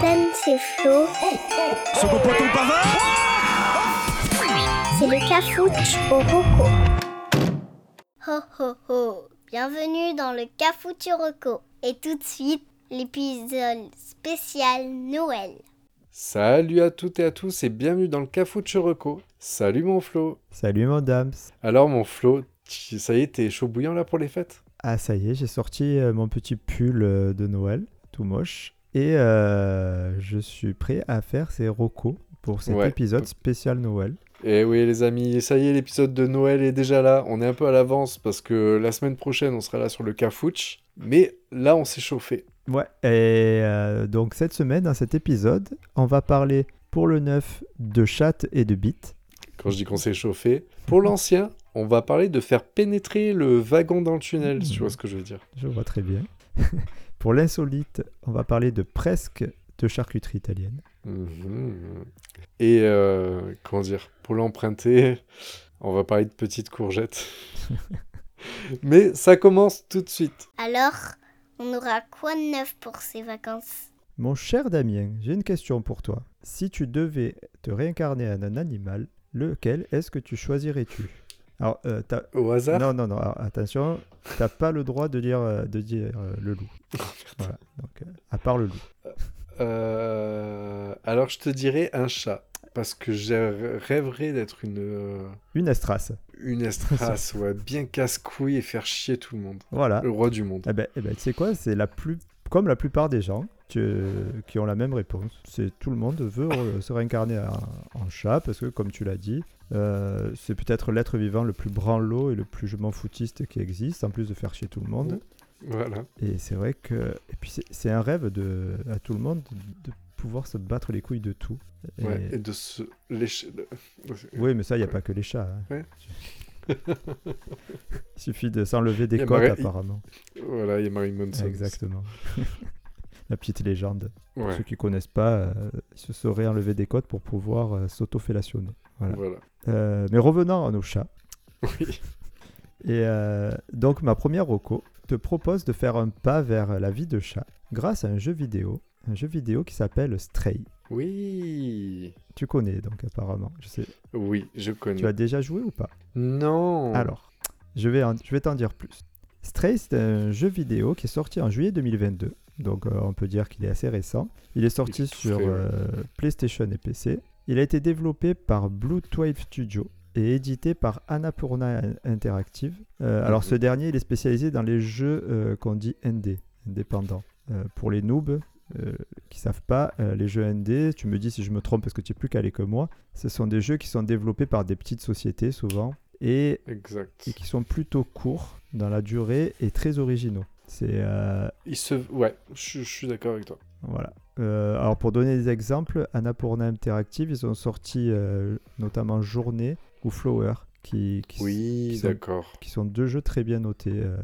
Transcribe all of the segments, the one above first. peine, c'est Flo. Second poiton pavard C'est le cafouche au roco. Ho ho ho. Bienvenue dans le cafouche au roco. Et tout de suite, l'épisode spécial Noël. Salut à toutes et à tous et bienvenue dans le Cafou de Choroco. Salut mon Flo. Salut mon dams. Alors mon Flo, tu- ça y est, t'es chaud bouillant là pour les fêtes Ah ça y est, j'ai sorti euh, mon petit pull euh, de Noël, tout moche, et euh, je suis prêt à faire ces rocos pour cet Ouais. épisode spécial Noël. Eh oui les amis, ça y est, l'épisode de Noël est déjà là. On est un peu à l'avance parce que la semaine prochaine on sera là sur le Cafouche. Mais là on s'est chauffé. Ouais, et euh, donc cette semaine, dans cet épisode, on va parler pour le neuf de chatte et de bite. Quand je dis qu'on s'est chauffé, pour l'ancien, on va parler de faire pénétrer le wagon dans le tunnel, si tu vois ce que je veux dire. Je vois très bien. pour l'insolite, on va parler de presque de charcuterie italienne. Mhm. Et euh, comment dire, pour l'emprunter, on va parler de petites courgettes. Mais ça commence tout de suite. Alors, on aura quoi de neuf pour ces vacances Mon cher Damien, j'ai une question pour toi. Si tu devais te réincarner en un animal, lequel est-ce que tu choisirais-tu Alors, euh, t'as- Au hasard non, non, non, alors, attention, t'as pas le droit de dire, euh, de dire euh, le loup. Voilà, donc, euh, à part le loup. Euh, Alors je te dirais un chat. Parce que je rêverais d'être une, euh, Une estrace. une estrace, ouais, bien casse-couille et faire chier tout le monde. Voilà. Le roi du monde. Eh ben, eh ben, tu sais quoi, c'est la plus, comme la plupart des gens que- qui ont la même réponse. C'est tout le monde veut euh, se réincarner en, en chat parce que, comme tu l'as dit, euh, c'est peut-être l'être vivant le plus branlot et le plus je m'en foutiste qui existe, en plus de faire chier tout le monde. Voilà. Et c'est vrai que, et puis c'est- c'est un rêve de à tout le monde de pouvoir se battre les couilles de tout. Et- Ouais, et de se lécher. de- Oui, mais ça, il n'y a pas que les chats. hein. Ouais. Il suffit de s'enlever Y des a côtes, Marie- apparemment. Voilà, il y a Marie Monson. Exactement. La petite légende. Pour Ouais, ceux qui connaissent pas, euh, ils se seraient enlevé des côtes pour pouvoir euh, s'auto-fellationner. Voilà. voilà. Euh, mais revenons à nos chats. Oui. Et euh, donc, ma première roco te propose de faire un pas vers la vie de chat grâce à un jeu vidéo. Un jeu vidéo qui s'appelle Stray. Oui. Tu connais donc apparemment. Je sais. Oui, je connais. Tu as déjà joué ou pas Non. Alors, je vais, en- je vais t'en dire plus. Stray, c'est un jeu vidéo qui est sorti en juillet 2022. Donc, euh, on peut dire qu'il est assez récent. Il est sorti Il est tout sur frais, ouais. euh, PlayStation et PC. Il a été développé par Blue Twilight Studio et édité par Annapurna In- Interactive. Euh, alors, Mhm. ce dernier, il est spécialisé dans les jeux euh, qu'on dit ND, indépendants. Euh, pour les noobs euh, qui savent pas, euh, les jeux ND, tu me dis si je me trompe parce que tu es plus calé que moi, ce sont des jeux qui sont développés par des petites sociétés souvent. Et Exact. et qui sont plutôt courts dans la durée et très originaux. C'est euh, Il se... Ouais, je, je suis d'accord avec toi. voilà. Euh, alors pour donner des exemples, Annapurna Interactive, ils ont sorti euh, notamment Journée ou Flower, qui, qui, Oui, qui sont- d'accord. qui sont deux jeux très bien notés. euh.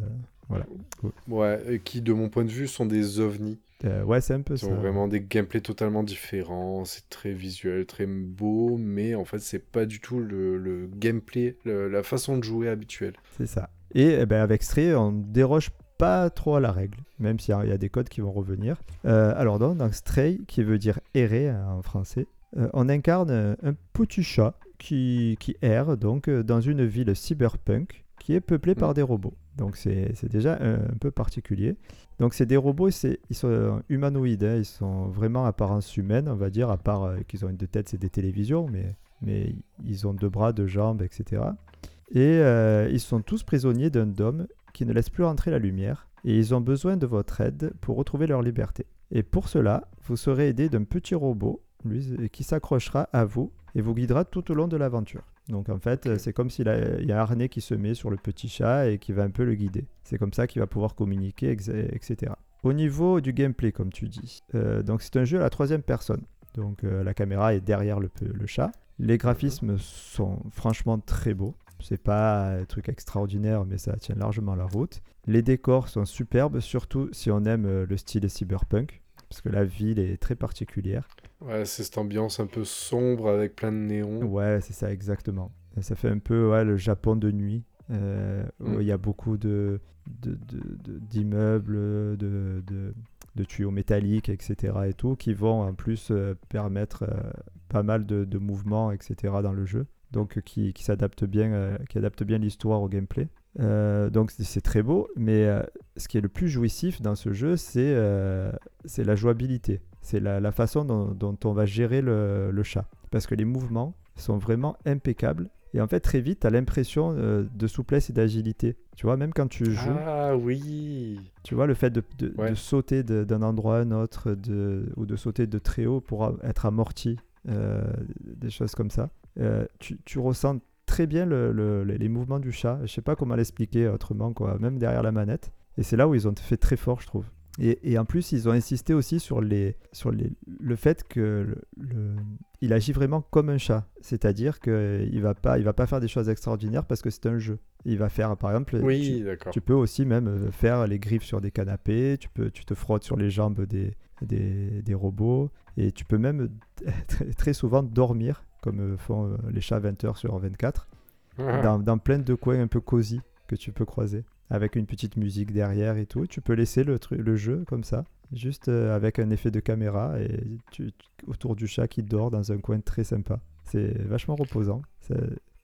Ouais, et qui, de mon point de vue, sont des ovnis. Euh, ouais, c'est un peu Ils ça. sont vraiment des gameplays totalement différents. C'est très visuel, très beau, mais en fait, c'est pas du tout le, le gameplay, le- la façon de jouer habituelle. C'est ça. Et eh ben, avec Stray, on ne déroge pas trop à la règle, même s'il y a- il y a des codes qui vont revenir. Euh, alors donc, dans Stray, qui veut dire errer hein, en français, euh, on incarne un, un petit chat qui, qui erre donc euh, dans une ville cyberpunk qui est peuplée par des robots. Donc c'est c'est déjà euh, un, peu particulier. Donc c'est des robots, c'est- ils sont humanoïdes, hein, ils sont vraiment apparence humaine, on va dire, à part euh, qu'ils ont une tête, c'est des télévisions, mais, mais ils ont deux bras, deux jambes, etc. Et euh, ils sont tous prisonniers d'un dôme qui ne laisse plus entrer la lumière, et ils ont besoin de votre aide pour retrouver leur liberté. Et pour cela, vous serez aidé d'un petit robot, lui, euh, qui s'accrochera à vous et vous guidera tout au long de l'aventure. Donc en fait, euh, c'est comme s'il a- il y a un harnais qui se met sur le petit chat et qui va un peu le guider. C'est comme ça qu'il va pouvoir communiquer, ex- etc. Au niveau du gameplay, comme tu dis, euh, donc c'est un jeu à la troisième personne. Donc euh, la caméra est derrière le, pe- le chat. Les graphismes sont franchement très beaux. C'est pas un truc extraordinaire, mais ça tient largement la route. Les décors sont superbes, surtout si on aime euh, le style cyberpunk, parce que la ville est très particulière. Ouais, c'est cette ambiance un peu sombre avec plein de néons. Ouais, c'est ça exactement. Et Ça fait un peu ouais, le Japon de nuit, euh, où Mm. il y a beaucoup de de- de- de- d'immeubles, de, de, de tuyaux métalliques, etc. et tout, qui vont en plus euh, permettre euh, pas mal de, de mouvements, etc. dans le jeu. Donc euh, qui, qui s'adapte bien, euh, qui adapte bien l'histoire au gameplay. Euh, donc c'est- c'est très beau, mais euh, ce qui est le plus jouissif dans ce jeu, c'est euh, c'est la jouabilité. C'est la, la façon dont, dont on va gérer le, le chat. Parce que les mouvements sont vraiment impeccables. Et en fait, très vite, tu as l'impression euh, de souplesse et d'agilité. Tu vois, même quand tu joues, Ah oui. tu vois, le fait de, de- Ouais. de sauter de- d'un endroit à un autre de, ou de sauter de très haut pour a- être amorti, euh, des choses comme ça, euh, tu, tu ressens très bien le- le- les les mouvements du chat. Je sais pas comment l'expliquer autrement, quoi, même derrière la manette. Et c'est là où ils ont fait très fort, je trouve. Et, et en plus, ils ont insisté aussi sur, les, sur les, le fait que le, le- il agit vraiment comme un chat. C'est-à-dire qu'il va pas, il va pas faire des choses extraordinaires parce que c'est un jeu. Il va faire, par exemple, Euh, tu- Oui, d'accord. tu peux aussi même euh, faire les griffes sur des canapés, tu, peux, tu te frottes sur les jambes des, des, des robots, et tu peux même très- très souvent dormir, comme euh, font euh, les chats 20 heures sur 24, Ah. dans, dans plein de coins un peu cosy que tu peux croiser, avec une petite musique derrière et tout. Tu peux laisser le, tru- le jeu comme ça, juste euh, avec un effet de caméra, et tu- tu- autour du chat qui dort dans un coin très sympa. C'est vachement reposant. C'est-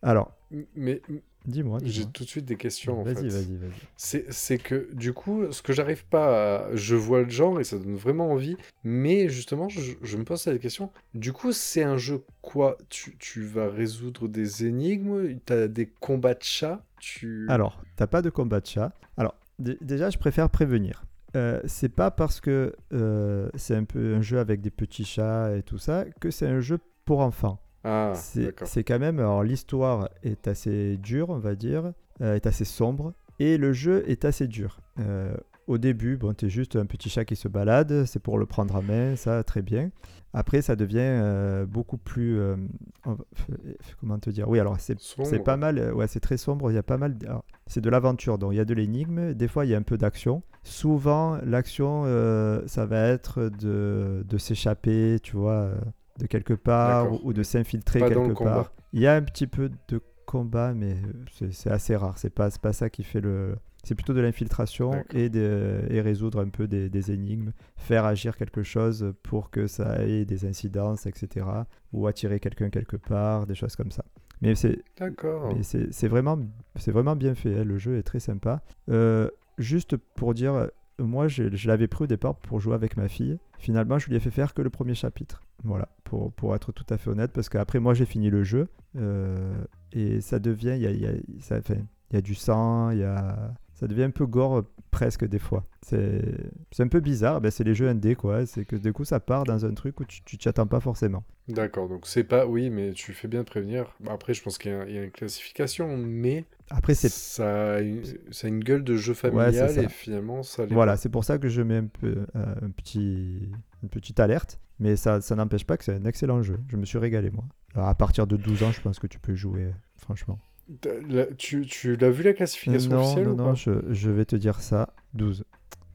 Alors, Mais dis-moi. j'ai dis-moi. tout de suite des questions en Vas-y, fait. vas-y, vas-y. C'est c'est que du coup, ce que j'arrive pas à... Je vois le genre et ça donne vraiment envie, mais justement, je, je me pose cette question. Du coup, c'est un jeu quoi tu, tu vas résoudre des énigmes T'as des combats de chats tu... Alors, t'as pas de combat de chat. Alors, dé- déjà, je préfère prévenir. Euh, c'est pas parce que euh, c'est un peu un jeu avec des petits chats et tout ça que c'est un jeu pour enfants. Ah, c'est d'accord. c'est quand même. Alors, l'histoire est assez dure, on va dire, euh, est assez sombre, et le jeu est assez dur. Euh, au début, bon, t'es juste un petit chat qui se balade, c'est pour le prendre en main, ça, très bien. Après, ça devient euh, beaucoup plus. euh, on va- comment te dire Oui, alors, c'est c'est Sombre. pas mal, euh, ouais, c'est très sombre. Il y a pas mal. d- alors, C'est de l'aventure, donc il y a de l'énigme. Des fois, il y a un peu d'action. Souvent, l'action, euh, ça va être de, de s'échapper, tu vois, euh, de quelque part ou, D'accord. ou de s'infiltrer Pas dans le quelque combat. part. Il y a un petit peu de combat, mais euh, c'est- c'est assez rare. C'est pas, c'est pas ça qui fait le. C'est plutôt de l'infiltration D'accord. et, de- et résoudre un peu des, des énigmes, faire agir quelque chose pour que ça ait des incidences, etc. Ou attirer quelqu'un quelque part, des choses comme ça. Mais c'est D'accord. mais c'est c'est vraiment, c'est vraiment bien fait. hein, Le jeu est très sympa. Euh, juste pour dire, euh, moi, je, je l'avais pris au départ pour jouer avec ma fille. Finalement, je lui ai fait faire que le premier chapitre. Voilà, pour, pour être tout à fait honnête, parce qu'après, moi, j'ai fini le jeu. euh, et ça devient, il y a, il y a- ça- enfin, il y a du sang, il y a, ça devient un peu gore euh, presque des fois. C'est c'est un peu bizarre, ben, c'est les jeux indés, quoi. C'est que du coup, ça part dans un truc où tu tu t'y attends pas forcément. D'accord, donc c'est pas... Oui, mais tu fais bien de prévenir. Bah, Après, je pense qu'il y, a- il y a une classification, mais Après, c'est ça a, une, ça a une gueule de jeu Ouais, c'est familial ça. et finalement, ça... l'est Voilà, pas. c'est pour ça que je mets un peu, euh, un petit, une petite alerte, mais ça, ça n'empêche pas que c'est un excellent jeu. Je me suis régalé, moi. Alors, à partir de 12 ans, je pense que tu peux jouer, euh, franchement. T'as- la- tu tu l'as vu la classification non, officielle non, ou non, pas je, je vais te dire ça. 12.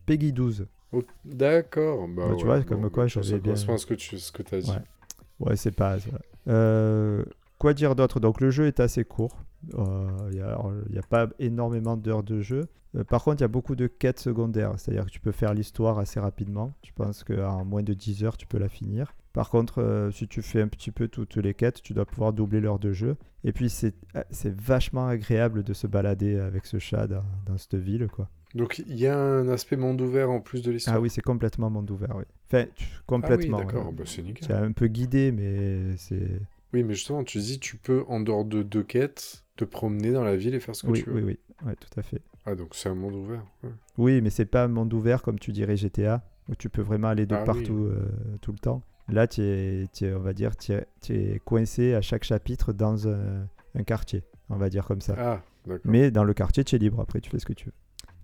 Peggy 12. Oh, D'accord. Bah, Bah, tu vois, comme quoi, je j'avais Ça bien- correspond à ce que tu ce que as dit. Ouais. Ouais, c'est pas. voilà. Euh, quoi dire d'autre Donc, le jeu est assez court. Euh, Il n'y a, pas énormément d'heures de jeu. Euh, par contre, il y a beaucoup de quêtes secondaires. C'est-à-dire que tu peux faire l'histoire assez rapidement. Je pense qu'en moins de 10 heures, tu peux la finir. Par contre, euh, si tu fais un petit peu toutes les quêtes, tu dois pouvoir doubler l'heure de jeu. Et puis, c'est euh, c'est vachement agréable de se balader avec ce chat dans, dans cette ville, quoi. Donc il y a un aspect monde ouvert en plus de l'histoire. Ah oui, c'est complètement monde ouvert, oui. Enfin, tu- complètement. Ah oui, d'accord. ouais. Bah, c'est nickel. C'est un peu guidé, mais c'est... Oui, mais justement, tu dis tu peux en dehors de deux quêtes te promener dans la ville et faire ce que Oui, tu veux. oui, oui. Ouais, tout à fait. Ah donc c'est un monde ouvert. ouais. Oui, mais c'est pas un monde ouvert comme tu dirais GTA, où tu peux vraiment aller de Ah oui. partout euh, tout le temps. Là, tu es, tu es- on va dire, tu es, tu es coincé à chaque chapitre dans un, un quartier, on va dire comme ça. Ah d'accord. Mais dans le quartier, tu es libre, après tu fais ce que tu veux.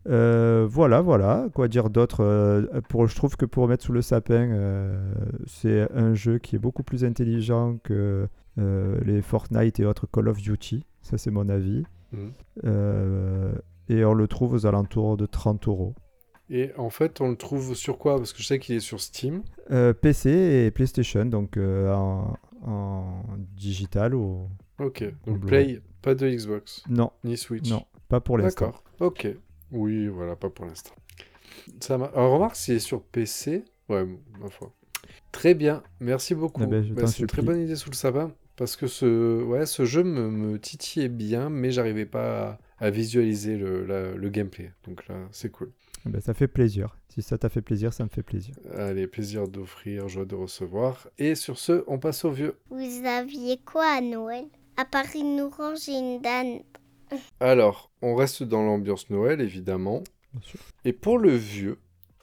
Euh, voilà, voilà. Quoi dire d'autre euh, pour, Je trouve que pour mettre sous le sapin, euh, c'est un jeu qui est beaucoup plus intelligent que euh, les Fortnite et autres Call of Duty. Ça, c'est mon avis. Mhm. Euh, et on le trouve aux alentours de 30 euros. Et en fait, on le trouve sur quoi Parce que je sais qu'il est sur Steam. Euh, PC et PlayStation, donc euh, en, en digital ou. Ok. Ou Donc Blu-ray. Play, pas de Xbox Non, ni Switch. non, pas pour l'instant. D'accord. Ok. Oui, voilà, pas pour l'instant. Ça m'a- Alors, remarque, s'il est sur PC, ouais, ma foi. Très bien, merci beaucoup. Eh ben, je Bah, t'en c'est une très supplie. bonne idée sous le sapin, parce que ce, ouais, ce jeu me, me titillait bien, mais j'arrivais pas à, à visualiser le, la- le gameplay. Donc là, c'est cool. Eh ben, ça fait plaisir. Si ça t'a fait plaisir, ça me fait plaisir. Allez, plaisir d'offrir, joie de recevoir. Et sur ce, on passe au vieux. Vous aviez quoi à Noël À part une orange et une dame. Alors, on reste dans l'ambiance Noël, évidemment. Bien sûr. Et pour le vieux,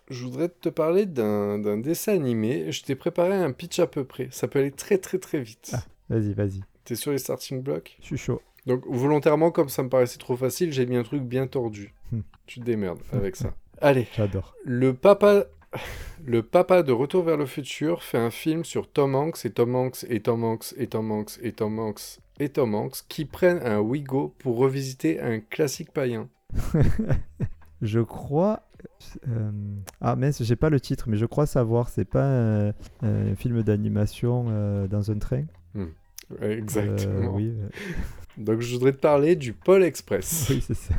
je voudrais te parler d'un d'un dessin animé. Je t'ai préparé un pitch à peu près. Ça peut aller très très très vite. Ah. Vas-y, vas-y. T'es sur les starting blocks Je suis chaud. Donc volontairement, comme ça me paraissait trop facile, j'ai mis un truc bien tordu. Hmm. Tu te démerdes avec ça. Allez, J'adore. le papa... Le papa de Retour vers le futur fait un film sur Tom Hanks et Tom Hanks et Tom Hanks et Tom Hanks et Tom Hanks et Tom Hanks qui prennent un Wigo pour revisiter un classique païen. Je crois. euh, Ah mince, j'ai pas le titre, mais je crois savoir. C'est pas euh, un film d'animation euh, dans un train. Euh, Exactement. oui, euh, Donc je voudrais te parler du Pôle Express. oui c'est ça.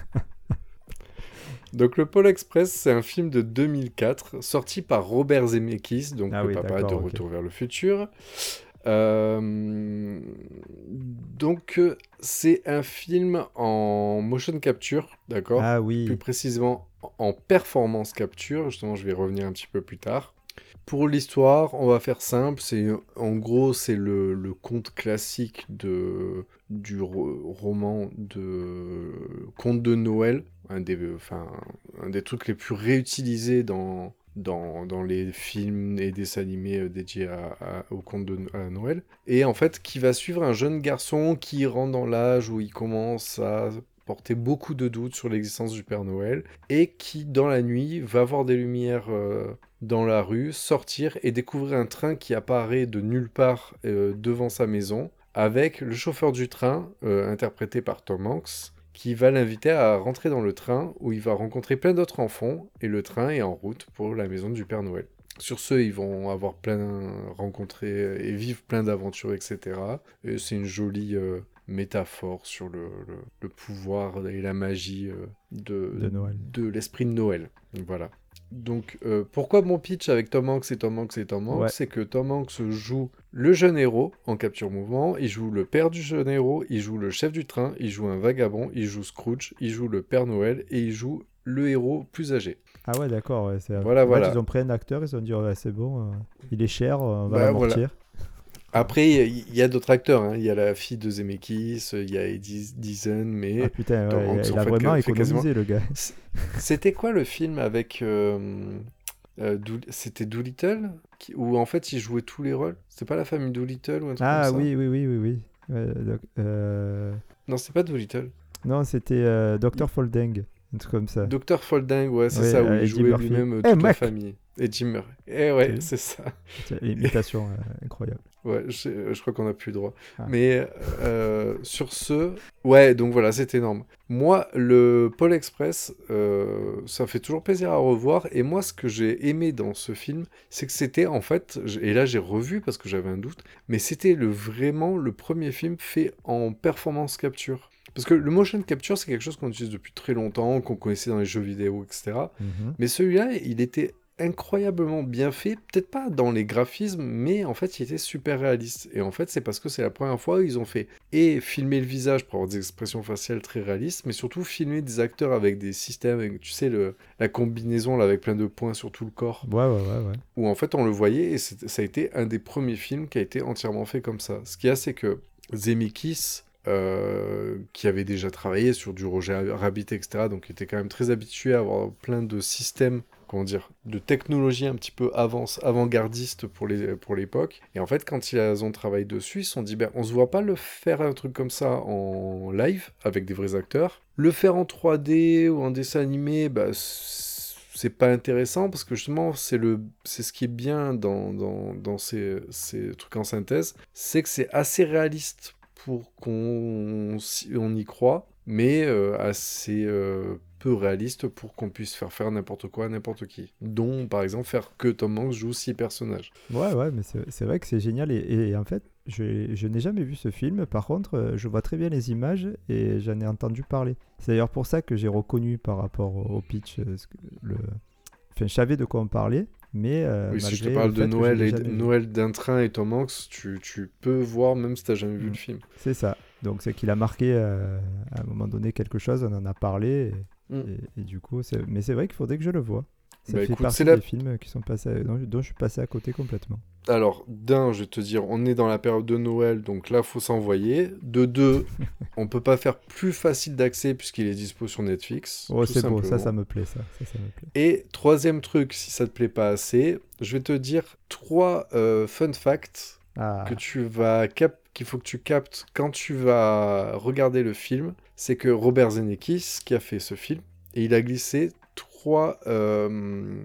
Donc le Pôle Express, c'est un film de 2004 sorti par Robert Zemeckis, donc Ah le oui, papa d'accord, de ok. Retour vers le futur. Euh, donc euh, c'est un film en motion capture, d'accord Ah Oh, Plus oui. précisément en performance capture, justement je vais y revenir un petit peu plus tard. Pour l'histoire, on va faire simple, c'est en gros c'est le, le conte classique de, du ro- roman de Conte de Noël, un des, enfin, un des trucs les plus réutilisés dans, dans, dans les films et dessins animés euh, dédiés à, à- au conte de à Noël. Et en fait, qui va suivre un jeune garçon qui rentre dans l'âge où il commence à porter beaucoup de doutes sur l'existence du Père Noël et qui, dans la nuit, va voir des lumières euh, dans la rue, sortir et découvrir un train qui apparaît de nulle part euh, devant sa maison avec le chauffeur du train, euh, interprété par Tom Hanks, qui va l'inviter à rentrer dans le train où il va rencontrer plein d'autres enfants et le train est en route pour la maison du Père Noël. Sur ce, ils vont avoir plein rencontré euh, et vivre plein d'aventures, etc. Et c'est une jolie euh, métaphore sur le, le- le pouvoir et la magie euh, de, De Noël. de l'esprit de Noël. Voilà. Donc, euh, pourquoi mon pitch avec Tom Hanks et Tom Hanks et Tom Hanks Ouais. C'est que Tom Hanks joue le jeune héros en capture mouvement, il joue le père du jeune héros, il joue le chef du train, il joue un vagabond, il joue Scrooge, il joue le Père Noël et il joue le héros plus âgé. Ah ouais, d'accord. ouais, c'est- Voilà, en fait, voilà. ils ont pris un acteur, ils ont dit ouais, c'est bon, euh, il est cher, on va Bah, l'amortir. Après, il y- y a d'autres acteurs, hein. il y a la fille de Zemeckis, il y a Eddie Deason, mais Ah putain, Tom ouais, Hanks, il en a fait, vraiment fait quasiment- économisé le gars. C'était quoi le film avec. euh, euh, Dool- C'était Doolittle qui- Où en fait ils jouaient tous les rôles C'est pas la famille Doolittle ou un truc Ah comme ça oui, oui, oui, oui, oui. Ouais, doc- euh, Non, c'est pas Doolittle. Non, c'était euh, Dr. Folding, un truc comme ça. Docteur Folding, ouais, c'est Ouais, ça, où euh, il Eddie jouait Murphy. lui-même euh, Eh, toute la mec famille. Et Jim Murray. Eh ouais, T'as vu c'est ça. Tiens, L'imitation euh, incroyable. Ouais, je, je crois qu'on n'a plus le droit. Ah. Mais euh, sur ce, ouais, donc voilà, c'est énorme. Moi, le Pôle Express, euh, ça fait toujours plaisir à revoir. Et moi, ce que j'ai aimé dans ce film, c'est que c'était en fait, j- et là j'ai revu parce que j'avais un doute, mais c'était le, vraiment le premier film fait en performance capture. Parce que le motion capture, c'est quelque chose qu'on utilise depuis très longtemps, qu'on connaissait dans les jeux vidéo, etc. Mhm. Mais celui-là, il était incroyablement bien fait, peut-être pas dans les graphismes, mais en fait, il était super réaliste. Et en fait, c'est parce que c'est la première fois où ils ont fait et filmer le visage pour avoir des expressions faciales très réalistes, mais surtout filmer des acteurs avec des systèmes, avec, tu sais, le, la combinaison là, avec plein de points sur tout le corps Ouais, ouais, ouais, ouais. où en fait on le voyait et c'est- ça a été un des premiers films qui a été entièrement fait comme ça. Ce qu'il y a, c'est que Zemeckis, euh, qui avait déjà travaillé sur du Roger Rabbit, etc., donc il était quand même très habitué à avoir plein de systèmes, comment dire, de technologies un petit peu avance, avant-gardistes pour les- pour l'époque. et en fait, quand ils ont travaillé dessus, ils se sont dit, ben, on se voit pas le faire un truc comme ça en live avec des vrais acteurs. Le faire en 3D ou en dessin animé, bah, c'est pas intéressant parce que justement c'est le c'est ce qui est bien dans, dans, dans ces, ces trucs en synthèse c'est que c'est assez réaliste pour qu'on si on y croit mais euh, assez euh, peu réaliste pour qu'on puisse faire faire n'importe quoi à n'importe qui dont par exemple faire que Tom Hanks joue six personnages Ouais, ouais, mais c'est c'est vrai que c'est génial. Et, et en fait, je, je n'ai jamais vu ce film. Par contre, euh, je vois très bien les images et j'en ai entendu parler. C'est d'ailleurs pour ça que j'ai reconnu par rapport au, au pitch euh, ce que- le, enfin, je savais de quoi on parlait, mais. euh, Oui, si je te malgré parle le de fait que je Noël l'ai et jamais vu. Noël d'un train et Tom Hanks, tu, tu peux voir même si t'as jamais vu Mm. le film. C'est ça. Donc c'est qu'il a marqué euh, à un moment donné quelque chose, on en a parlé. Et, Mm. et- et du coup, c'est... mais c'est vrai qu'il faudrait que je le vois. Ça Bah, fait écoute, partie c'est la- des films qui sont passés, à- dont, dont je suis passé à côté complètement. Alors, d'un, je vais te dire, on est dans la période de Noël, donc là, faut s'envoyer. De deux, on peut pas faire plus facile d'accès puisqu'il est dispo sur Netflix. Oh, tout c'est beau, simplement. ça, ça me plaît, ça. ça, ça me plaît. Et troisième truc, si ça te plaît pas assez, je vais te dire trois euh, fun facts Ah, que tu vas cap qu'il faut que tu captes quand tu vas regarder le film, c'est que Robert Zemeckis qui a fait ce film et il a glissé trois euh,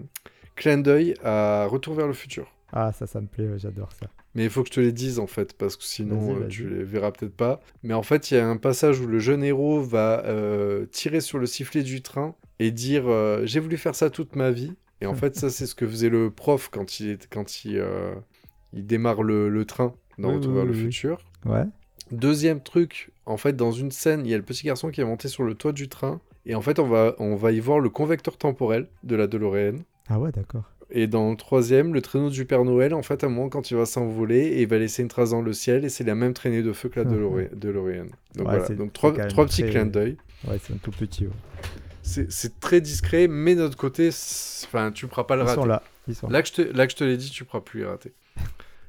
clins d'œil à Retour vers le futur. ah, ça, ça me plaît, ouais, j'adore ça. Mais il faut que je te les dise en fait, parce que sinon Vas-y, euh, vas-y. tu les verras peut-être pas. Mais en fait, il y a un passage où le jeune héros va euh, tirer sur le sifflet du train et dire euh, J'ai voulu faire ça toute ma vie. Et en fait, ça, c'est ce que faisait le prof quand il, est- quand il, euh, il démarre le, le train dans Oui, Retour oui, vers oui, le oui. futur. Ouais, Deuxième truc, en fait, dans une scène, il y a le petit garçon qui est monté sur le toit du train. Et en fait, on va, on va y voir le convecteur temporel de la DeLorean. ah ouais, d'accord. Et dans le troisième, le traîneau du Père Noël, en fait, à un moment, quand il va s'envoler, et il va laisser une trace dans le ciel, et c'est la même traînée de feu que la Mhm. DeLore- DeLorean. Donc Ouais, voilà, c'est- donc c'est trois, quand même trois petits très- clins d'œil. Ouais, c'est un tout petit. ouais. C'est c'est très discret, mais d'un autre côté, c'est- enfin, tu ne pourras pas le Ils sont rater. là. Ils sont là. Là que je te, là que je te l'ai dit, tu ne pourras plus les rater.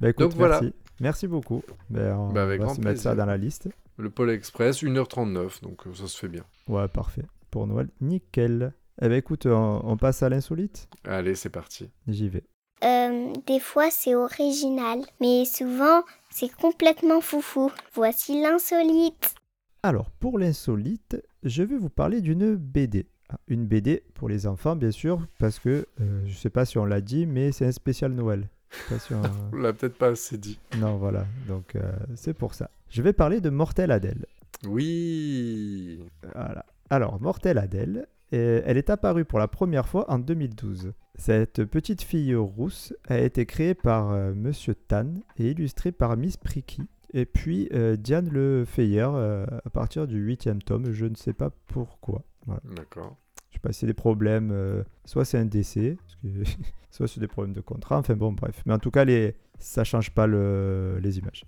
Bah, écoute, Donc, voilà. merci. Merci beaucoup. Ben, on Bah, avec va grand se mettre ça plaisir. dans la liste. Le Pôle Express, 1h39, donc euh, ça se fait bien. Ouais, parfait. Pour Noël, nickel. Eh ben écoute, on, on passe à l'insolite. Allez, c'est parti. J'y vais. Euh, des fois c'est original, mais souvent c'est complètement foufou. Voici l'insolite. Alors, pour l'insolite, je vais vous parler d'une BD. Ah, Une BD pour les enfants, bien sûr, parce que euh, je sais pas si on l'a dit, mais c'est un spécial Noël. Je sais pas si on- On l'a peut-être pas assez dit. non, voilà, donc euh, c'est pour ça. Je vais parler de Mortel Adèle. Oui Voilà. Alors, Mortelle Adèle, euh, elle est apparue pour la première fois en 2012. Cette petite fille rousse a été créée par euh, Monsieur Tan et illustrée par Miss Pricky. Et puis euh, Diane Le Feyer euh, à partir du huitième tome, je ne sais pas pourquoi. Voilà. D'accord. Je sais pas, c'est des problèmes, euh, soit c'est un décès, parce que- soit c'est des problèmes de contrat, enfin bon, bref. Mais en tout cas, les, ça change pas le- les images.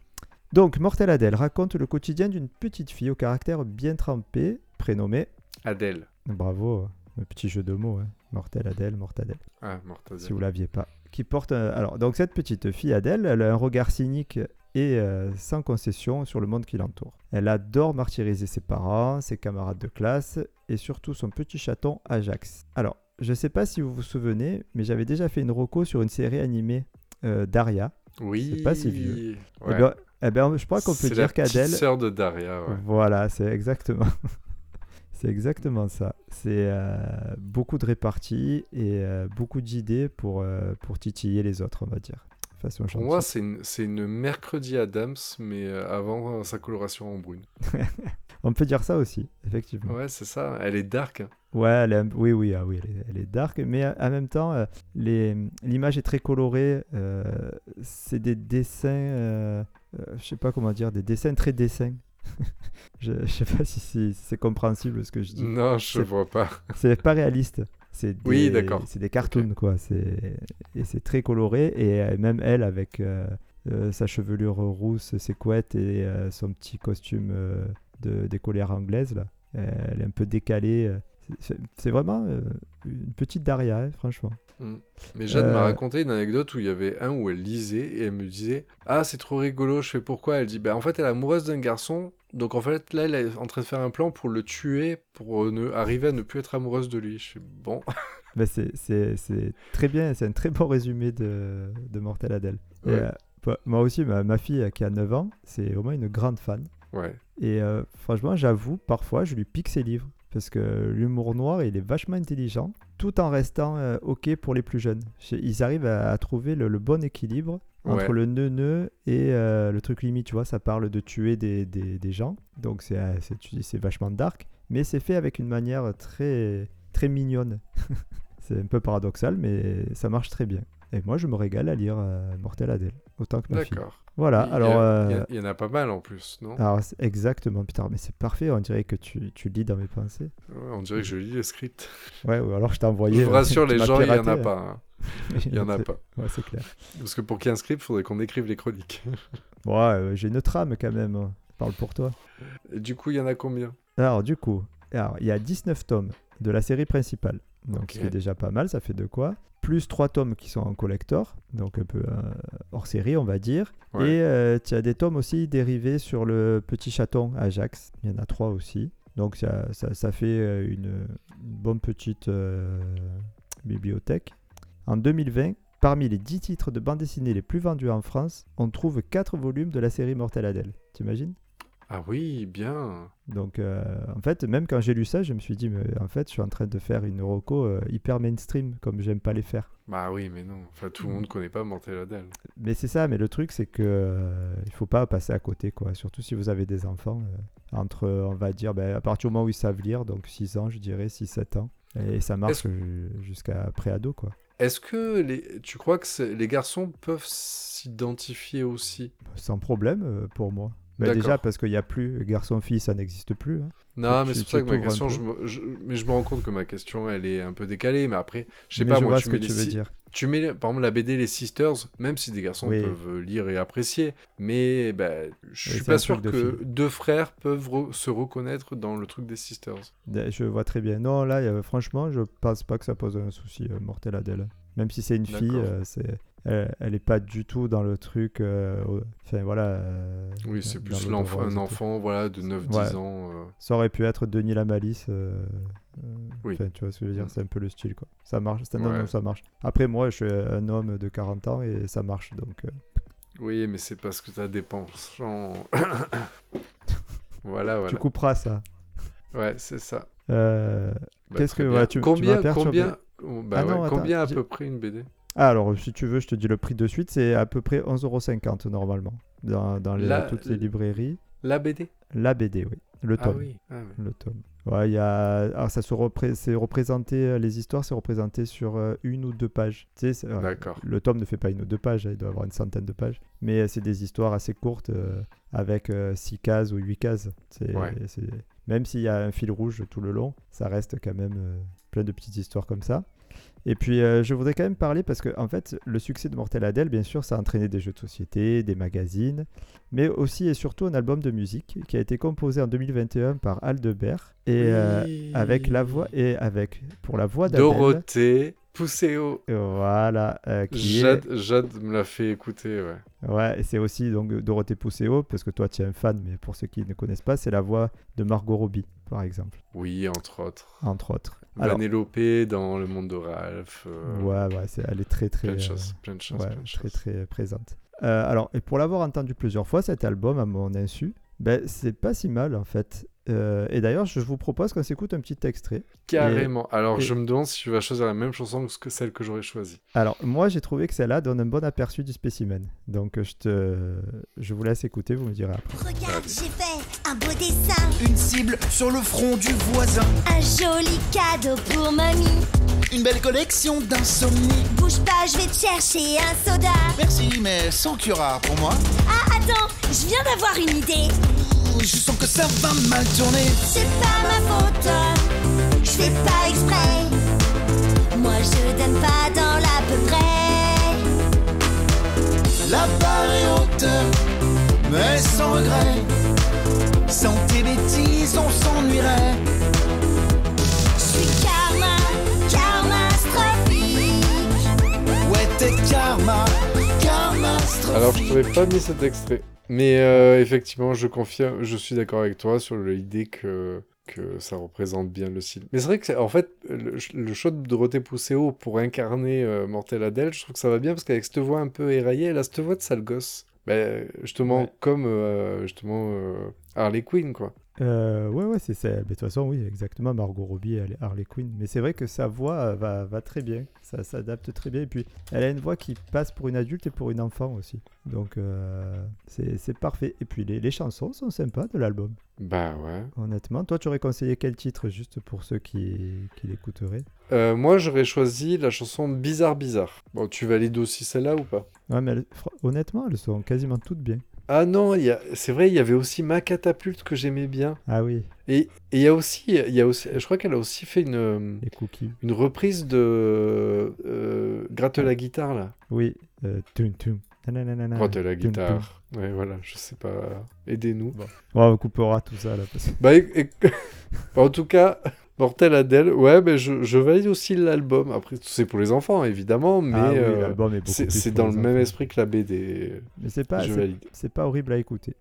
Donc, Mortel Adèle raconte le quotidien d'une petite fille au caractère bien trempé, prénommée, Adèle. bravo, un petit jeu de mots, hein. Mortel Adèle, Mortadelle Ah, Mortazelle. si vous l'aviez pas, qui porte un- alors donc cette petite fille Adèle, elle a un regard cynique et euh, sans concession sur le monde qui l'entoure. Elle adore martyriser ses parents, ses camarades de classe et surtout son petit chaton Ajax. Alors, je sais pas si vous vous souvenez, mais j'avais déjà fait une roco sur une série animée euh, Daria. Oui. C'est pas si vieux. Ouais. Eh ben, eh ben, je crois qu'on peut C'est la dire qu'Adèle petite sœur de Daria, ouais. voilà, c'est exactement. c'est exactement ça. C'est euh, beaucoup de réparties et euh, beaucoup d'idées pour, euh, pour titiller les autres, on va dire. Façon Pour chanson. moi, c'est une, c'est une mercredi Adams, mais euh, avant euh, sa coloration en brune. on peut dire ça aussi, effectivement. Ouais, c'est ça. Elle est dark. hein. Ouais, elle est un- oui, oui, ah oui, elle est, elle est dark, mais euh, en même temps, euh, les- l'image est très colorée. euh, c'est des dessins, euh, euh, je sais pas comment dire, des dessins très dessins. je, je sais pas si, si c'est compréhensible ce que je dis. Non, je C'est- vois pas. C'est pas réaliste. C'est des, Oui, d'accord. C'est des cartoons, quoi. C'est, et c'est très coloré. Et euh, même elle, avec euh, euh, sa chevelure rousse, ses couettes et euh, son petit costume euh, de, des colères anglaises, là. euh, elle est un peu décalée. euh, C'est, c'est- c'est vraiment euh, une petite Daria, hein, franchement. Mais Jeanne m'a Euh. raconté une anecdote où il y avait un où elle lisait et elle me disait Ah, c'est trop rigolo, je fais pourquoi Elle dit Bah, en fait, elle est amoureuse d'un garçon, donc en fait, là, elle est en train de faire un plan pour le tuer, pour euh, ne, arriver à ne plus être amoureuse de lui. Je fais Bon. Mais c'est, c'est, c'est très bien. C'est un très bon résumé de, de Mortel Adèle. Et, Ouais. euh, bah, moi aussi, ma, ma fille euh, qui a 9 ans, c'est vraiment une grande fan. Ouais. Et euh, franchement, j'avoue, parfois, je lui pique ses livres. Parce que l'humour noir, il est vachement intelligent, tout en restant euh, OK pour les plus jeunes. Je- Ils arrivent à, à trouver le, le bon équilibre entre Ouais. le neu-neu et euh, le truc limite, tu vois. Ça parle de tuer des, des- des gens, donc c'est euh, c'est- tu dis, c'est vachement dark, mais c'est fait avec une manière très, très mignonne. c'est un peu paradoxal, mais ça marche très bien. Et moi, je me régale à lire euh, Mortel Adèle, autant que ma fille. D'accord. Voilà, Il y a- alors. il y a- euh, Ah. Il y en a pas mal en plus, non alors, c'est- exactement, putain, mais c'est parfait, on dirait que tu, tu lis dans mes pensées. Ouais, On dirait que je lis le script. Ouais, ou alors je t'ai envoyé. euh, Je vous rassure, tu les m'as gens, il n'y en a piraté. pas. hein. Il n'y en a pas. Ouais, c'est clair. Parce que pour qu'il y ait un script, il faudrait qu'on écrive les chroniques. Ouais, euh, j'ai une trame quand même, hein. parle pour toi. Et du coup, il y en a combien Alors, du coup, alors, il y a 19 tomes de la série principale. Donc, ce qui Ok. est déjà pas mal, ça fait de quoi Plus 3 tomes qui sont en collector, donc un peu euh, hors série, on va dire. Ouais. Et euh, tu as des tomes aussi dérivés sur le petit chaton Ajax. Il y en a 3 aussi. Donc, ça, ça- ça fait euh, une, une bonne petite euh, bibliothèque. En 2020, parmi les 10 titres de bande dessinée les plus vendus en France, on trouve 4 volumes de la série Mortel Adèle. T'imagines Ah oui, bien. donc, euh, en fait, même quand j'ai lu ça, je me suis dit, mais en fait, je suis en train de faire une roco euh, hyper mainstream, comme j'aime pas les faire. Bah oui, mais non. Enfin, tout le monde connaît pas Mortel Adèle. Mais c'est ça, mais le truc, c'est que euh, il faut pas passer à côté, quoi. Surtout si vous avez des enfants, euh, entre, euh, on va dire, ben, à partir du moment où ils savent lire, donc 6 ans, je dirais, 6-7 ans. Et ça marche Est-ce- ju- jusqu'à pré-ado, quoi. Est-ce que les... tu crois que c'est- les garçons peuvent s'identifier aussi Sans problème euh, pour moi. Ben, D'accord. déjà, parce qu'il n'y a plus garçon-fille, ça n'existe plus. hein. Non, Tu- mais c'est tu- pour ça tu que ma t'ouvres un question, peu. je me... je- mais je me rends compte que ma question, elle est un peu décalée. Mais après, je sais Mais pas, je moi, vois tu ce que mets, tu les veux si- dire. tu mets, par exemple, la BD Les Sisters, même si des garçons Oui. peuvent lire et apprécier, mais ben, je Oui, suis c'est pas un sûr truc de que filles. deux frères peuvent re- se reconnaître dans le truc des Sisters. Je vois très bien. Non, là, euh, franchement, je pense pas que ça pose un souci, euh, mortel Adèle. Même si c'est une fille, D'accord. euh, c'est... Elle, elle est pas du tout dans le truc. euh, au- Enfin, voilà. euh, Oui, c'est dans plus le l'enfant, droit, un c'est tout. enfant, voilà, de 9-10 Ouais. ans. euh. Ça aurait pu être Denis la malice. euh, euh, Oui. enfin, tu vois ce que je veux dire Mm. C'est un peu le style, quoi. Ça marche. ça- non, Ouais. non, ça marche. Après, moi, je suis un homme de 40 ans et ça marche, donc. euh, Oui, mais c'est parce que t'as des penchants. voilà, Tu voilà. couperas ça. Ouais, c'est ça. Euh, Bah, Qu'est-ce très que- bien. ouais, tu- tu m'as combien, perturbé. combien, oh, bah Ah non, ouais, attends, combien à j'ai- peu près une BD Ah, alors, si tu veux, je te dis le prix de suite. C'est à peu près 11,50€ normalement. Dans, dans les- La- toutes les librairies. La BD La BD, oui. Le Ah tome. oui. ah oui. Le tome. Ouais, il y a... Alors, ça se repré- c'est représenté, euh, les histoires, c'est représenté sur euh, une ou deux pages. Tu sais, c'est- euh, ouais, D'accord. le tome ne fait pas une ou deux pages, hein, il doit avoir une centaine de pages. Mais euh, c'est des histoires assez courtes, euh, avec 6 cases ou 8 cases. C'est- Ouais. c'est- Même s'il y a un fil rouge tout le long, ça reste quand même euh, plein de petites histoires comme ça. Et puis, euh, je voudrais quand même parler parce que, en fait, le succès de Mortel Adèle, bien sûr, ça a entraîné des jeux de société, des magazines, mais aussi et surtout un album de musique qui a été composé en 2021 par Aldebert et euh, Oui. avec la voix et avec pour la voix d'Adèle. Dorothée Pousséo. Voilà, euh, qui est, Jade, Jade me l'a fait écouter, ouais. ouais, et c'est aussi donc Dorothée Pousséo parce que toi tu es un fan, mais pour ceux qui ne connaissent pas, c'est la voix de Margot Robbie, par exemple, Oui, entre autres. entre autres. Alors, Vanellope dans Le Monde de Ralph. Ah, euh, ouais, ouais, c'est- elle est très très. Plein de euh, choses, plein de choses, Ouais, plein de très choses. très présente. Euh, alors, et pour l'avoir entendu plusieurs fois, cet album, à mon insu, ben, c'est pas si mal en fait. Euh, et d'ailleurs, je vous propose qu'on s'écoute un petit extrait. Carrément. Alors, et- je me demande si tu vas choisir la même chanson que ce que celle que j'aurais choisie. Alors, moi, j'ai trouvé que celle-là donne un bon aperçu du spécimen. Donc, euh, je, te... je vous laisse écouter, vous me direz après. Regarde, j'ai fait un beau dessin, Une cible sur le front du voisin. un joli cadeau pour mamie. Une belle collection d'insomnie. Bouge pas, je vais te chercher un soda. Merci, mais sans cura pour moi. Ah, attends, je viens d'avoir une idée. Je sens que ça va mal tourner. C'est pas ma faute, je fais pas exprès. Moi, je donne pas dans l'à peu près. La barre est haute, mais sans regret. Sans tes bêtises, on s'ennuierait. Je suis karma, karmastrophique. Ouais, t'es karma, karmastrophe. Alors, je t'aurais pas mis cet extrait. Mais euh, effectivement, je confirme, je suis d'accord avec toi sur l'idée que, que ça représente bien le style. Mais c'est vrai que, c'est- en fait, le, le show de Dorothée Pousséo pour incarner euh, Mortel Adèle, je trouve que ça va bien parce qu'avec cette voix un peu éraillée, elle a cette voix de sale gosse. Ben, justement, Ouais. comme euh, justement euh, Harley Quinn, quoi. Euh, ouais, ouais, c'est ça. Mais De toute façon, oui, exactement. Margot Robbie, elle est Harley Quinn. Mais c'est vrai que sa voix euh, va, va très bien. Ça s'adapte très bien. Et puis, elle a une voix qui passe pour une adulte et pour une enfant aussi. Donc, euh, c'est c'est parfait. Et puis, les, les chansons sont sympas de l'album. Bah ouais. honnêtement. Toi, tu aurais conseillé quel titre, juste pour ceux qui, qui l'écouteraient Euh, moi, j'aurais choisi la chanson Bizarre Bizarre. Bon, tu valides aussi celle-là ou pas Ouais, mais elles- fr- honnêtement, elles sont quasiment toutes bien. Ah non, il y a- c'est vrai, il y avait aussi Ma Catapulte que j'aimais bien. Ah oui, Et et il y a aussi, il y a aussi, je crois qu'elle a aussi fait une, les cookies. une reprise de euh, Gratte la guitare là. Oui, euh, tum tum. Nananana, Gratte Oh, la tum, tum. guitare. Ouais, voilà, je sais pas. Aidez-nous. Ouais, on coupera tout ça là. parce que- Bah, éc- éc- en tout cas, Mortel Adèle, ouais, mais je, je valide aussi l'album. Après, c'est pour les enfants, évidemment, mais Ah oui, euh, l'album est beaucoup c'est plus c'est pour dans les le même enfants. esprit que la BD. Mais c'est pas, je c'est- valide. c'est pas horrible à écouter.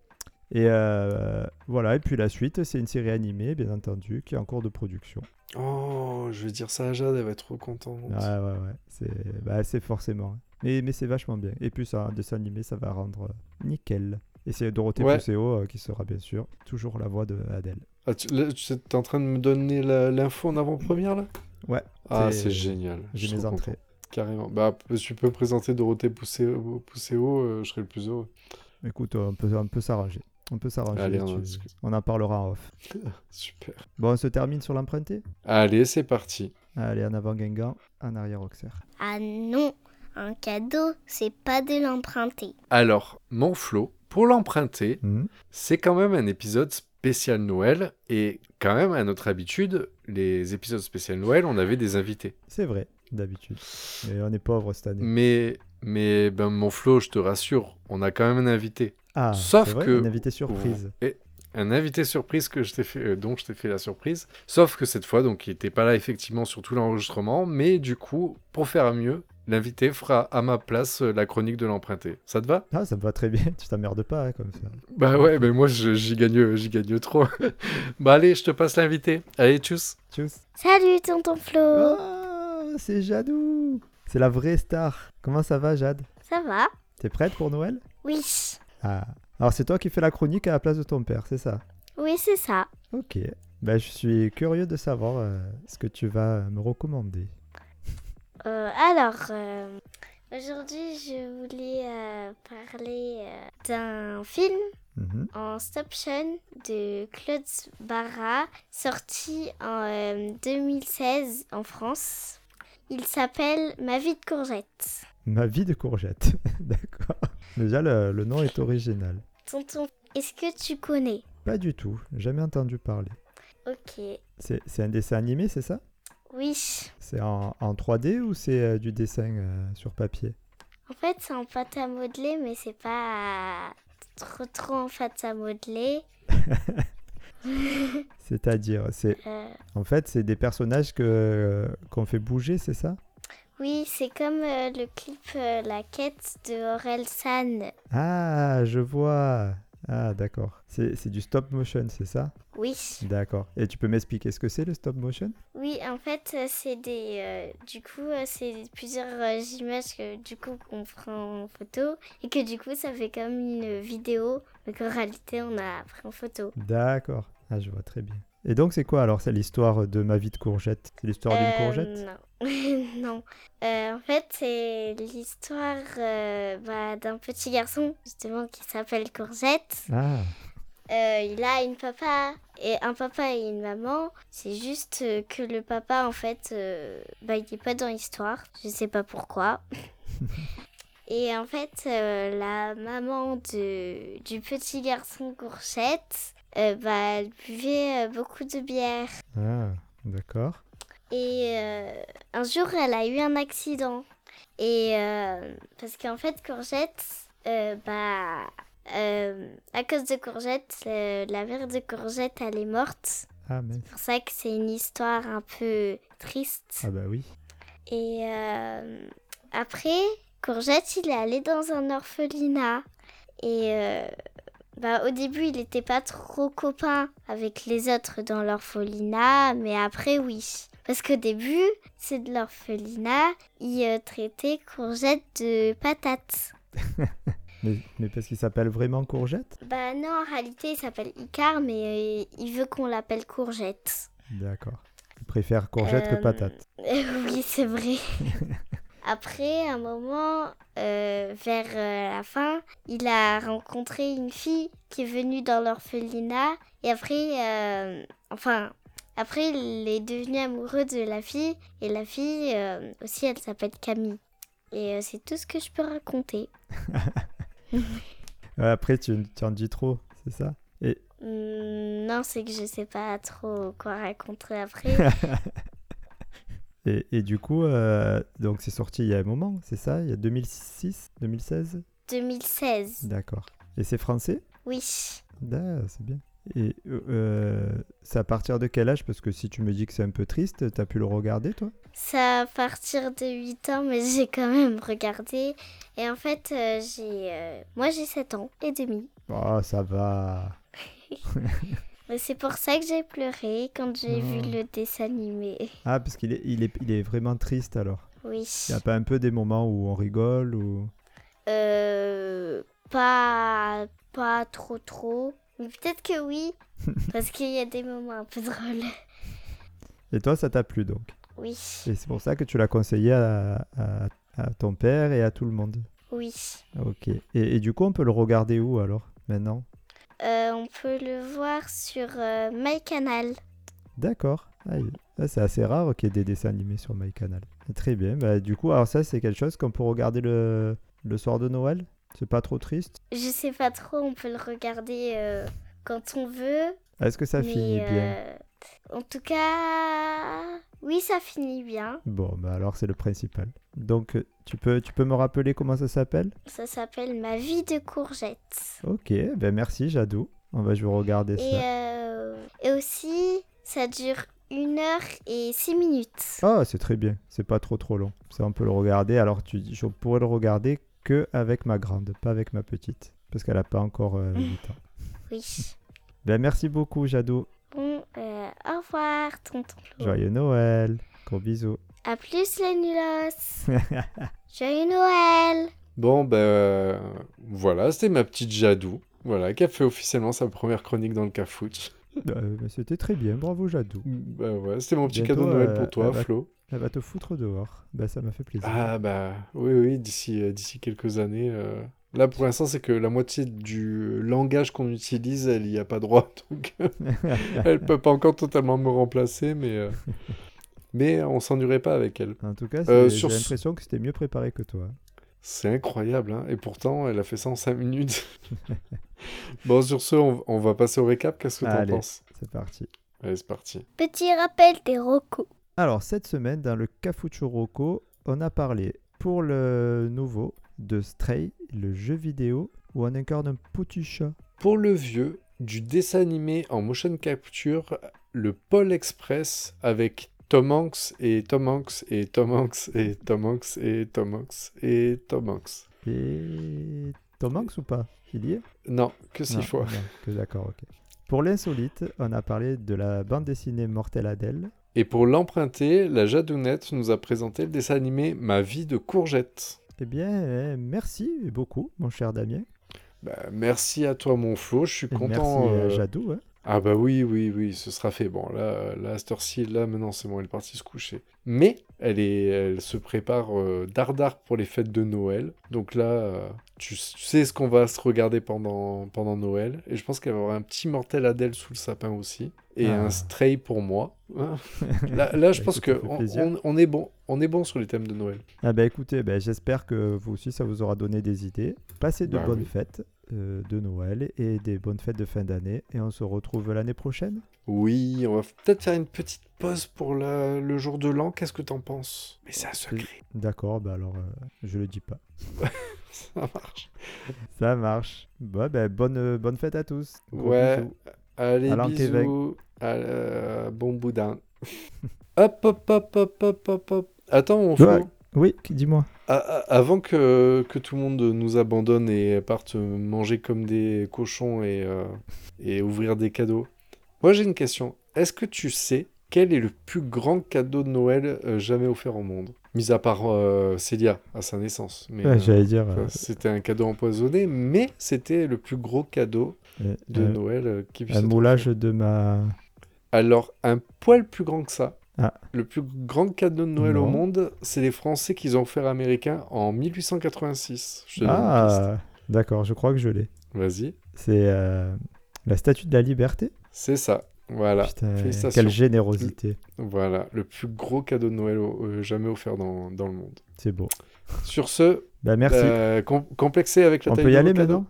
Et euh, voilà, et puis la suite, c'est une série animée, bien entendu, qui est en cours de production. Oh, je vais dire ça à Jade, elle va être trop contente. Ah ouais, ouais, c'est bah, c'est forcément. hein. Mais, mais c'est vachement bien. Et puis, ça, un dessin animé, ça va rendre euh, nickel. Et c'est Dorothée Ouais. Pousseau euh, qui sera bien sûr toujours la voix de Adèle. Ah, tu là, tu- t'es en train de me donner la- l'info en avant-première là Ouais, Ah, c'est- c'est génial. Je J'ai suis mes trop entrées. content. Carrément. Bah, p- tu peux présenter Dorothée Pousseau, Pousseau, euh, je serais le plus heureux. Écoute, on peut, on peut s'arranger. On peut s'arranger. Allez, là-dessus. on en discute. on en parlera en off. Super. Bon, on se termine sur l'emprunté Allez, c'est parti. Allez, en avant Guingamp, en arrière Auxerre. Ah non, un cadeau, c'est pas de l'emprunter. Alors, mon Flo, pour l'emprunter, Hmm. C'est quand même un épisode spécial Noël et quand même à notre habitude, les épisodes spécial Noël, on avait des invités. C'est vrai, d'habitude. Mais on est pauvre cette année. Mais mais ben mon Flo, je te rassure, on a quand même un invité, Ah, Sauf c'est vrai, que- Une invitée surprise. et un invité surprise que je t'ai fait euh, dont je t'ai fait la surprise, sauf que cette fois donc il était pas là effectivement sur tout l'enregistrement, mais du coup, pour faire mieux, l'invité fera à ma place euh, la chronique de l'emprunté. Ça te va Ah, ça me va très bien. Tu t'emmerdes pas hein, comme ça. Bah ouais, mais moi je- j'y gagne euh, j'y gagne trop. bah allez, je te passe l'invité. Allez, tchuss. Tchuss. Salut tonton Flo, Oh, c'est Jadou. C'est la vraie star. Comment ça va, Jade ça va T'es prête pour Noël Oui, Ah. Alors, c'est toi qui fais la chronique à la place de ton père, c'est ça oui c'est ça. Ok. Ben, je suis curieux de savoir euh, ce que tu vas me recommander. Euh, alors, euh, aujourd'hui je voulais euh, parler euh, d'un film Mhm. en stop-motion de Claude Barra, sorti en euh, 2016 en France. Il s'appelle Ma vie de courgette. Ma vie de courgette. D'accord. Déjà, le, le nom est original. Tonton, est-ce que tu connais Pas du tout. Jamais entendu parler. Ok, C'est c'est un dessin animé, c'est ça oui. C'est en, en 3D ou c'est euh, du dessin euh, sur papier En fait, c'est en pâte à modeler, mais c'est pas trop trop en pâte à modeler. C'est-à-dire, c'est Euh, en fait, c'est des personnages que euh, qu'on fait bouger, c'est ça Oui, c'est comme euh, le clip euh, La quête de Aurel San. Ah, je vois. Ah, d'accord. C'est c'est du stop motion, c'est ça Oui. D'accord. Et tu peux m'expliquer ce que c'est le stop motion Oui, en fait, euh, c'est des. euh, du coup, euh, c'est plusieurs euh, images que, du coup qu'on prend en photo et que du coup ça fait comme une vidéo, mais qu'en réalité on a pris en photo. D'accord. Ah, je vois très bien. Et donc, c'est quoi alors C'est l'histoire de ma vie de courgette C'est l'histoire d'une Euh, courgette Non. non. Euh, en fait, c'est l'histoire euh, bah, d'un petit garçon, justement, qui s'appelle Courgette. Ah, Euh, il a une papa et un papa et une maman. C'est juste euh, que le papa, en fait, euh, bah, il n'est pas dans l'histoire. Je sais pas pourquoi. et en fait, euh, la maman de, du petit garçon Courgette, euh, bah, elle buvait euh, beaucoup de bière. ah d'accord. Et euh, un jour, elle a eu un accident. Et euh, parce qu'en fait, Courgette, euh, bah, euh, à cause de Courgette, euh, la mère de Courgette, elle est morte. Ah, mais... C'est pour ça que c'est une histoire un peu triste. ah bah oui. Et euh, après, Courgette, il est allé dans un orphelinat. Et euh, bah, au début, il n'était pas trop copain avec les autres dans l'orphelinat, mais après, oui. Parce qu'au début, c'est de l'orphelinat, il euh, traitait Courgette de patate. Mais, mais parce qu'il s'appelle vraiment courgette Bah non, en réalité, il s'appelle Icar, mais euh, il veut qu'on l'appelle Courgette. D'accord. Il préfère courgette que Euh, patate. oui, c'est vrai. Après, un moment, euh, vers euh, la fin, il a rencontré une fille qui est venue dans l'orphelinat. Et après, euh, enfin, après, il est devenu amoureux de la fille. Et la fille euh, aussi, elle s'appelle Camille. Et euh, c'est tout ce que je peux raconter. Ouais, Euh, Après, tu, tu en dis trop, c'est ça Hmm, non, c'est que je sais pas trop quoi raconter après. et, et du coup, euh, donc c'est sorti il y a un moment, c'est ça Il y a 2006, 2016 2016. D'accord. Et c'est français Oui. Ah, c'est bien. Et euh, euh, c'est à partir de quel âge Parce que si tu me dis que c'est un peu triste, t'as pu le regarder, toi Ça à partir de 8 ans, mais j'ai quand même regardé. Et en fait, euh, j'ai, euh, moi j'ai 7 ans et demi. Oh, ça va. Mais C'est pour ça que j'ai pleuré quand j'ai Oh. vu le dessin animé. Ah, parce qu'il est, il est, il est vraiment triste alors. Oui. Il n'y a pas un peu des moments où on rigole ou... Euh, pas, pas trop trop. Mais peut-être que oui. parce qu'il y a des moments un peu drôles. Et toi, ça t'a plu donc Oui. Et c'est pour ça que tu l'as conseillé à, à- à ton père et à tout le monde. Oui. Ok. Et, et du coup, on peut le regarder où alors Maintenant Euh, on peut le voir sur euh, MyCanal. D'accord. Ah, il- ah, c'est assez rare qu'il y ait des dessins animés sur MyCanal. Très bien. Bah, du coup, alors ça, c'est quelque chose qu'on peut regarder le, le soir de Noël C'est pas trop triste Je sais pas trop, on peut le regarder euh, quand on veut. Est-ce que ça Mais, finit bien euh, En tout cas, oui, ça finit bien. Bon, bah alors c'est le principal. Donc, euh, tu peux, tu peux me rappeler comment ça s'appelle Ça s'appelle Ma vie de courgette. Ok, ben merci Jadou. On va, je vais regarder Et, ça. euh, et aussi, ça dure une heure et six minutes. Ah, c'est très bien. C'est pas trop trop long. Ça, on peut le regarder. Alors, tu, je pourrais le regarder que avec ma grande, pas avec ma petite, parce qu'elle a pas encore euh, 8 ans. Oui. Ben merci beaucoup Jadou. Bon, euh, au revoir, tonton. Oh. Flo. Joyeux Noël. Gros bisous. À plus, les nulos. Joyeux Noël. Bon, ben euh, voilà, c'était ma petite Jadou, voilà, qui a fait officiellement sa première chronique dans le Cafouche. Euh, mais C'était très bien. Bravo Jadou. Bah ouais, c'était mon petit Bientôt, cadeau de Noël euh, pour toi, elle va- Flo. Elle va te foutre dehors. Ben, ça m'a fait plaisir. Ah bah oui, oui, d'ici euh, d'ici quelques années. euh, Là, pour l'instant, c'est que la moitié du langage qu'on utilise, elle n'y a pas droit, donc euh, elle peut pas encore totalement me remplacer, mais euh, mais euh, on s'ennuierait pas avec elle. en tout cas, Euh, c'est- j'ai sur ce- l'impression que c'était mieux préparé que toi. C'est incroyable, hein, et pourtant, elle a fait ça en 5 minutes. bon, sur ce, on, on va passer au récap. Qu'est-ce que t'en Allez. penses C'est parti. Allez, c'est parti. Petit rappel des rocos. Alors, cette semaine, dans le Cafucho Rocco, on a parlé pour le nouveau de Stray, le jeu vidéo où on incarne un petit chat. Pour le vieux, du dessin animé en motion capture, le Pôle Express avec Tom Hanks et Tom Hanks et Tom Hanks et Tom Hanks et Tom Hanks et Tom Hanks. Et. Tom Hanks ou pas Il y est Non, que six Non, fois. non, que d'accord, ok. Pour l'insolite, on a parlé de la bande dessinée Mortel Adèle. Et pour l'emprunter, la Jadounette nous a présenté le dessin animé Ma vie de courgette. Eh bien, euh, merci beaucoup, mon cher Damien. Bah, merci à toi, mon Flo. Je suis Et content. merci à euh, Jadou. hein. Ah bah oui, oui, oui, ce sera fait. Bon, là, euh, là à cette heure-ci, là, maintenant, c'est bon, elle est partie se coucher. Mais elle, est, elle se prépare euh, dardard pour les fêtes de Noël. Donc là, euh, tu, s- tu sais ce qu'on va se regarder pendant, pendant Noël. Et je pense qu'elle va avoir un petit mortel Adèle sous le sapin aussi. Et Ah. un stray pour moi. Hein là, là, je Bah, pense écoute, que ça fait on, plaisir. on- on est bon. On est bon sur les thèmes de Noël. Ah bah écoutez, bah j'espère que vous aussi ça vous aura donné des idées. Passez de Bah bonnes oui. fêtes euh, de Noël et des bonnes fêtes de fin d'année et on se retrouve l'année prochaine. Oui, on va peut-être faire une petite pause pour la- le jour de l'an. Qu'est-ce que t'en penses Mais c'est un secret. D'accord, bah alors euh, je le dis pas. Ça marche. Ça marche. Bah, bah, bonne euh, bonne fête à tous. Gros Ouais. bisous. Allez, Alain Kévec. bisous. À, euh, bon boudin. hop, hop, hop, hop, hop, hop, hop. Attends, mon Flo. Ouais. Oui, qui- dis-moi. A- a- avant que, que tout le monde nous abandonne et parte manger comme des cochons et, euh, et ouvrir des cadeaux, moi j'ai une question. Est-ce que tu sais quel est le plus grand cadeau de Noël euh, jamais offert au monde Mis à part euh, Célia à sa naissance. Mais, Ouais, euh, J'allais dire enfin, euh, c'était un cadeau empoisonné, mais c'était le plus gros cadeau euh, de euh, Noël euh, qui puisse un être moulage de ma alors, un poil plus grand que ça. Ah. Le plus grand cadeau de Noël au Non. monde, c'est les Français qu'ils ont offert américains en 1886. Je te donne une piste. Ah, d'accord, je crois que je l'ai. Vas-y. C'est euh, la statue de la liberté. C'est ça. Voilà. Putain, Bah, félicitations. quelle générosité. Voilà. Le plus gros cadeau de Noël au- euh, jamais offert dans, dans le monde. C'est beau. Sur ce, Bah, merci. euh, com- complexé avec la On taille peut y de vos aller cadeaux.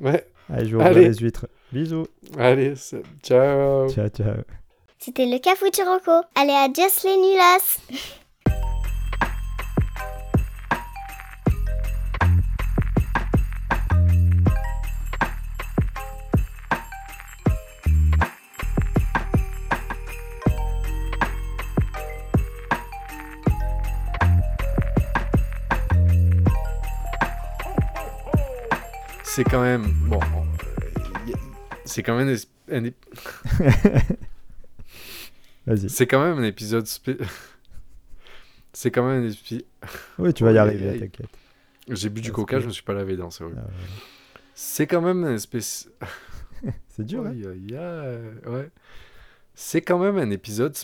maintenant Ouais. Allez, je vais ouvrir Allez. les huîtres. Bisous. Allez, c'est- ciao. Ciao, ciao. C'était le Cafouche Rocco. Allez, adios les nulas C'est quand même bon. euh, y- C'est quand même un es- un ép- Vas-y. c'est quand même un épisode spé... C'est quand même un épisode Oui, tu vas y Aïe, arriver, aïe. t'inquiète. J'ai bu du Parce coca, que- je me suis pas lavé dans c'est horrible. Ah ouais. C'est quand même un espèce. C'est dur, hein Aïe, aïe, aïe, ouais. C'est quand même un épisode